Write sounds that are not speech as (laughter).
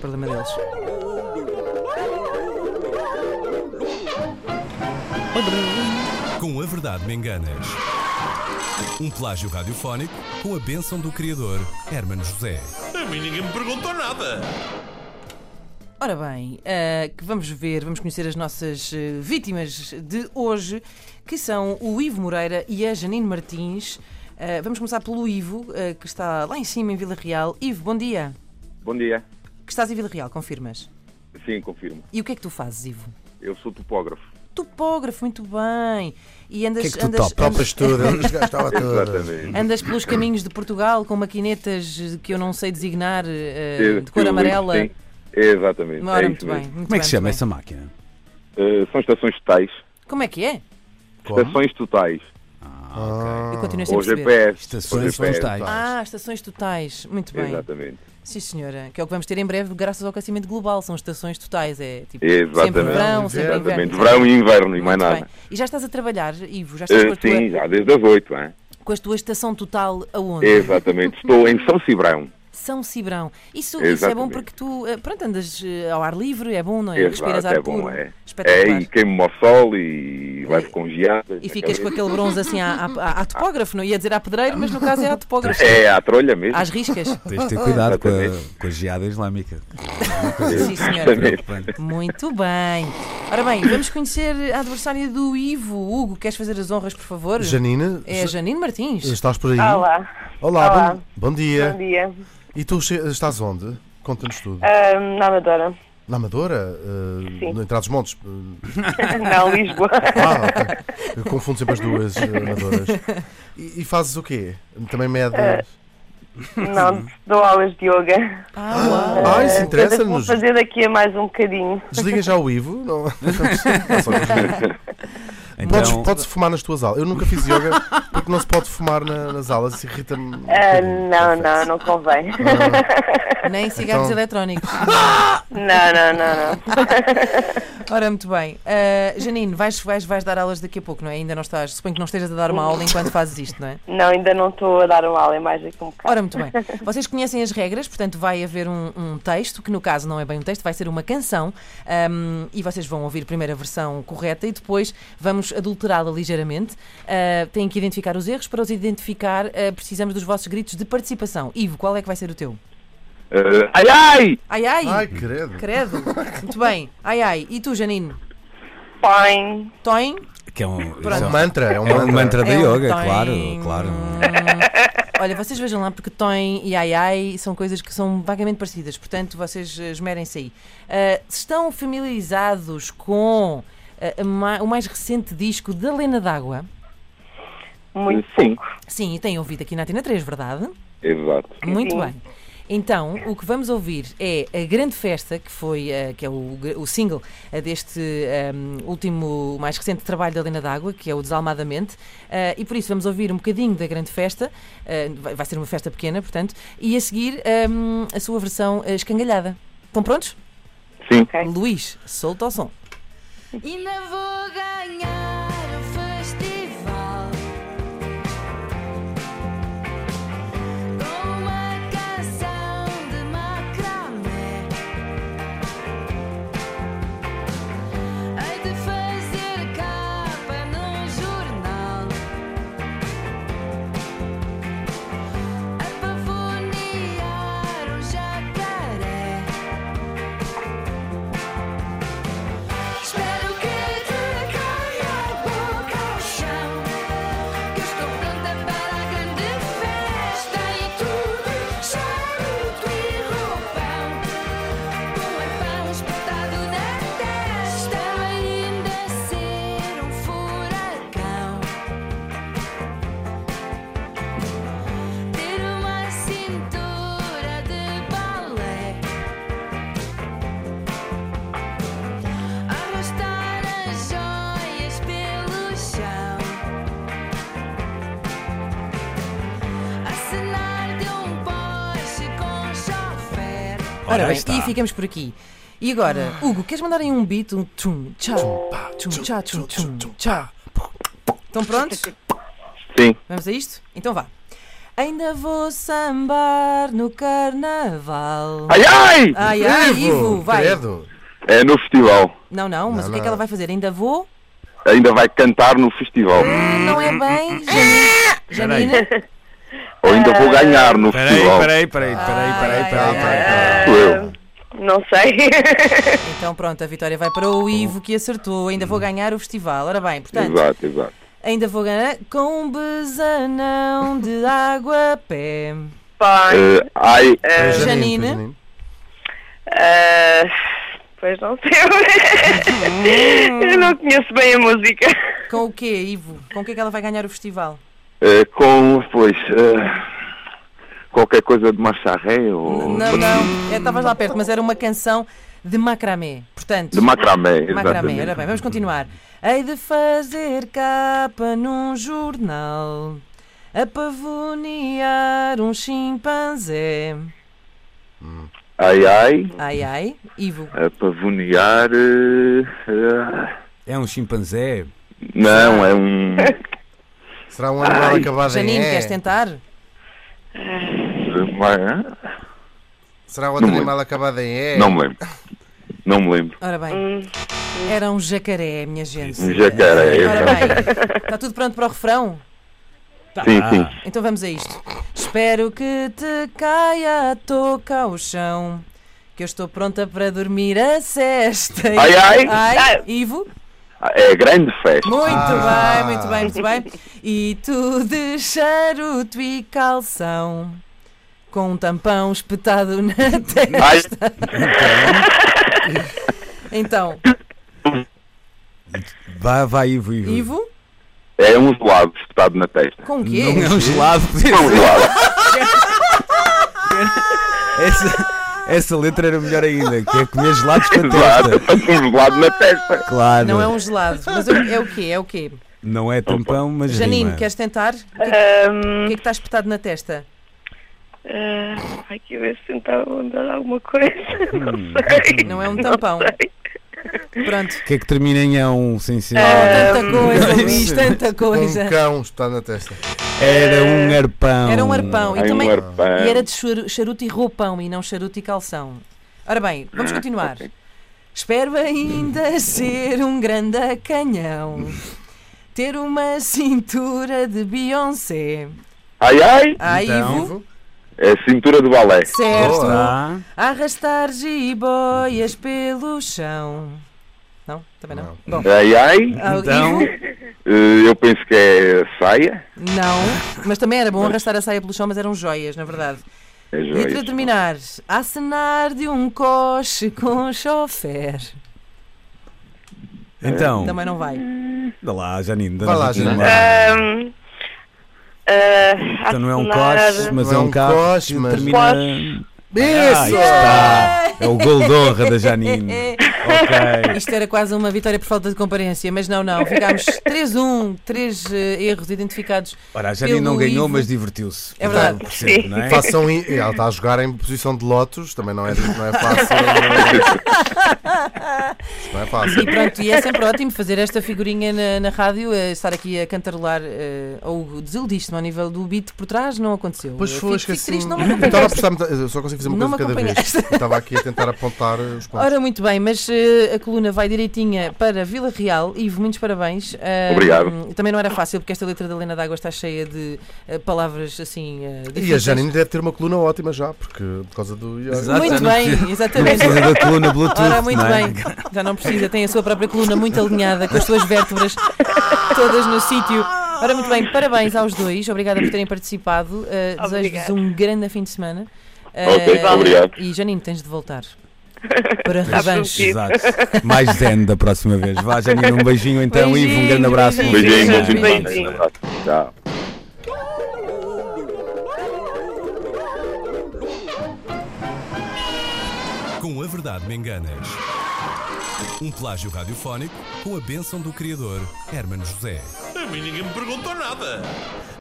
problema deles. Com a Verdade Me Enganas. Um plágio radiofónico com a bênção do criador Hermano José. A mim ninguém me perguntou nada. Ora bem, ah, que vamos ver, vamos conhecer as nossas eh, vítimas de hoje, que são o Ivo Moreira e a Janine Martins. Ah, vamos começar pelo Ivo, ah, que está lá em cima em Vila Real. Ivo, bom dia. Bom dia. Que estás em Vila Real, confirmas? Sim, confirmo. E o que é que tu fazes, Ivo? Eu sou topógrafo. Topógrafo, muito bem. E andas, que é que tu andas, topas? Topas tudo, (laughs) eu não gastava tudo. Exatamente. andas pelos caminhos de Portugal com maquinetas eh, que eu não sei designar, eh, Eu- de cor eu- amarela. Sim, exatamente. Ora, é muito isso bem. mesmo. muito Como é bem, que se chama muito essa máquina? Eh, são estações totais. bem. Como é que é? Estações totais. Eu continuo sem Ou perceber. GPS. Estações ou GPS, totais. tá. Ah, estações totais. Muito bem. Exatamente. Sim, senhora. Que é o que vamos ter em breve, graças ao aquecimento global. São estações totais. É tipo sempre Exatamente. verão, sempre inverno. Exatamente. Verão e inverno e mais Muito nada. bem. E já estás a trabalhar, Ivo? Já estás com, Eh, a tua, sim, já desde as 8, hein? com a tua estação total aonde? Exatamente. Estou em São Cibrão. São Cibrão. Isso, isso é bom Exatamente. porque tu eh, pronto, andas eh, ao ar livre, é bom, não é? Respiras Exato, ar é puro. bom, é. É, Espetacular. É. e queimo-me ao sol e levo com geadas E na ficas com cabeça. aquele bronze assim à, à- à topógrafo, não ia dizer à pedreiro, mas no caso é à topógrafo. (laughs) É, à trolha mesmo. Às (laughs) riscas. Tens de ter cuidado com a, com a geada islâmica. Sim, senhora. Exatamente. Muito bem. Ora bem, vamos conhecer a adversária do Ivo. Hugo, queres fazer as honras, por favor? Janine, É a Janine Martins. estás por aí? Olá, Olá, Olá. Bom, bom dia. bom dia. E tu che- estás onde? Conta-nos tudo. Ahm, na Amadora. (laughs) Na Amadora? Eh, Sim. no Entrada dos Montes? Eh, Não, Lisboa. Ah, ok. Eu confundo sempre as duas eh, Amadoras. E, e fazes o quê? Também medes? Ah, Não, dou aulas de yoga. Ah, uau. ah, eh, isso Vou interessa-nos. fazer daqui a mais um bocadinho. Desliga já o Ivo. Não. Podes, Então, podes fumar nas tuas aulas. Eu nunca fiz yoga porque não se pode fumar na- nas aulas. Isso irrita-me. um Ah, bocadinho. Ah. não, não, não convém. Nem cigarros Então- eletrónicos. Não, não, não, Ora, muito bem. Ah, Janine, vais, vais, vais dar aulas daqui a pouco, não é? Ainda não estás. Suponho que não estejas a dar uma aula enquanto fazes isto, não é? não. Não, ainda não estou a dar uma aula, é mais aqui um bocado. Ora, muito bem. (laughs) Vocês conhecem as regras, portanto, vai haver um, um texto, que no caso não é bem um texto, vai ser uma canção, ahm, e vocês vão ouvir primeiro a versão correta e depois vamos adulterá-la ligeiramente. Ah, têm que identificar os erros, para os identificar ah, precisamos dos vossos gritos de participação. Ivo, qual é que vai ser o teu? Eh, ai, ai! Ai, ai! Ai, credo. Credo! Muito bem. Ai, ai. E tu, Janine? Põe. Toin? que é um, É um isso mantra. É um é um mantra. mantra da É um yoga, toim. claro, claro. Olha, vocês vejam lá, porque Toin e Ai Ai são coisas que são vagamente parecidas, portanto vocês eh, esmerem-se aí. Ah, se estão familiarizados com ah, a ma- o mais recente disco da Lena D'Água? Muito Sim. pouco. Sim, e têm ouvido aqui na Antena 3, verdade? Exato. É Muito Sim. bem. Então, o que vamos ouvir é a grande festa, que foi eh, que é o, gr- o single eh, deste ehm, último, mais recente trabalho da Helena D'Água, que é o Desalmadamente, Eh, e por isso vamos ouvir um bocadinho da grande festa, eh, vai vai ser uma festa pequena, portanto, e a seguir ehm, a sua versão eh, escangalhada. Estão prontos? Sim. Ok. Luís, solta o som. Ainda vou ganhar o festival com uma canção de macramé. Hei de fazer capa num jornal. A pavonear um jacaré. Espero que te caia a boca ao chão Que eu estou pronta para a grande festa E tudo, charuto e roupão Com arpão espetado na testa Vai ainda ser um furacão Ter uma cintura de balé A mostrar as joias pelo chão Acenar de um Porsche com chofer Ora Ora bem, está. e ficamos por aqui. E agora, Hugo, queres mandar aí um beat? Um tchum, tchá, tchum, tchá, tchum, (laughs) tchum, tchá. Estão prontos? Sim. Vamos a isto? Então vá. Ainda vou sambar no carnaval. Ai, ai! Ai, ai, Ivo, vai. Credo. É no festival. Não, não, mas Não, o que é não. que ela vai fazer? Ainda vou? Ainda vai cantar no festival. Não é (laughs) bem, Janine. Janine? Ou ainda vou ganhar no Peraí, festival. peraí, peraí, peraí, Ah. peraí, peraí, peraí, peraí. Sou eu. Não sei. (laughs) Então pronto, a vitória vai para o Ivo que acertou. Ainda vou ganhar o festival. Ora bem, portanto, Exato, exato. ainda vou ganhar com um besanão de água a pé. Pai. Eh, ai, É Janine. é Janine. ah, pois não sei. (laughs) Eu não conheço bem a música. Com o quê, Ivo? Com o que é que ela vai ganhar o festival? eh, com, pois, eh, qualquer coisa de macharré ou Não, não, é, estavas lá perto, mas era uma canção de macramé. Portanto, de macramé. macramé. exatamente. Ora bem, vamos continuar. Hei de fazer capa num jornal, a pavonear um chimpanzé. Ai, ai, Ai, ai, Ivo. a pavonear. eh, eh, É um chimpanzé. não, é um. Será um animal acabado em Janine, é? queres tentar? uma- Será outro Não me animal acabado em é? Não me lembro. Não me lembro. Ora bem, era um jacaré, minha gente. Um jacaré. Ora exato. (laughs) bem, está tudo pronto para o refrão? Sim, sim. Então vamos a isto. Espero que te caia a touca ao chão. Que eu estou pronta para dormir a cesta. Ai, ai. Ai. Ivo. É grande festa. Muito Ah. bem, muito bem, muito bem. E tu de charuto e calção. Com um tampão espetado na testa. Ai, Então, Vai, vai, Ivo, Ivo. Ivo, é um gelado espetado na testa. com o quê? Não é um gelado. (laughs) É um gelado. Essa, essa letra era melhor ainda, que é comer gelados com a Gelado. (laughs) testa. Um gelado na testa. Claro. Não é um gelado, mas é é o quê? É o quê? Não é tampão, mas Janine, rima. queres tentar? O que, é que- o Ahm, que é que está espetado na testa? ah, ai, que eu ia tentar mandar alguma coisa. (laughs) Hum. Não sei. Não é um tampão. Pronto. O que é que termina em um sem ser? Ah, Tanta coisa, Luís, Isso. tanta Um coisa. cão está na testa. Era um arpão. Ah, Era um arpão. E, Ai, um também, arpão. e era de charu- charuto e roupão e não charuto e calção. Ora bem, vamos continuar. Espero ainda ser um grande canhão. Ter uma cintura de Beyoncé. Ai, ai, Ah, Então, Ivo, é cintura de balé. certo. Tá. Arrastar jiboias pelo chão. Não? Também não? Bom, Ai, ai, ah, Então- Ivo? eh, eu penso que é saia. Não, mas também era bom arrastar a saia pelo chão, mas eram joias, na verdade. É E para joia. terminar, acenar de um coche com chofer. Então, É, Também não vai. dá lá, Janine. dá Vai lá, aqui Janine. uma- Ahm, ah, é? Então não é um acenar. coche, mas Não é é um um carro. coche, que mas- termina... Isso! Ah, está. É o gol de honra (laughs) da Janine. ok. Isto era quase uma vitória por falta de comparência, mas não, não. Ficámos 3-1, 3 eh, erros identificados. Ora, a Janine Pelo não ganhou, Ivo. mas divertiu-se. É verdade. Por cento, não é? Façam i- Ela está a jogar em posição de lotos, também não é, não é fácil. (laughs) Isto não é fácil. E pronto, e é sempre ótimo fazer esta figurinha na, na rádio, eh, estar aqui a cantarolar. eh, ou desiludiste-me ao nível do beat por trás, não aconteceu. Pois Eu foi, fico- fico assim. esqueci. triste, não me Eu estava a acompanhaste. prestar muita- eu só consigo fazer uma Não coisa de me cada vez. acompanhaste. Eu Estava aqui a tentar apontar os pontos. Ora, muito bem, mas eh, a coluna vai direitinha para Vila Real. Ivo, muitos parabéns. Ah, Obrigado. hum, Também não era fácil, porque esta letra da Helena d'Água está cheia de eh, palavras assim eh, difíceis. E a Janine deve ter uma coluna ótima já, porque por causa do yoga. Exato. Muito Já não bem, precisa- exatamente. Precisa da coluna (laughs) Bluetooth. Ora, muito não é? bem, já não precisa, tem a sua própria coluna muito alinhada, com as suas vértebras todas no sítio. Ora, muito bem, parabéns aos dois, obrigada por terem participado. Ah, Desejo-vos Obrigada. um grande fim de semana. Ok, Ah, obrigado. E Janine, tens de voltar para Tá revanche. prometido. Exato. Mais zen da próxima vez. Vá, Janine, um beijinho então, Ivo, um grande Beijinho, abraço. um beijinho. Beijinho, bom fim de semana. semana. Beijinho. Tchau. Com a verdade me enganas. Um plágio radiofónico com a bênção do criador Hermano José. A mim ninguém me perguntou nada.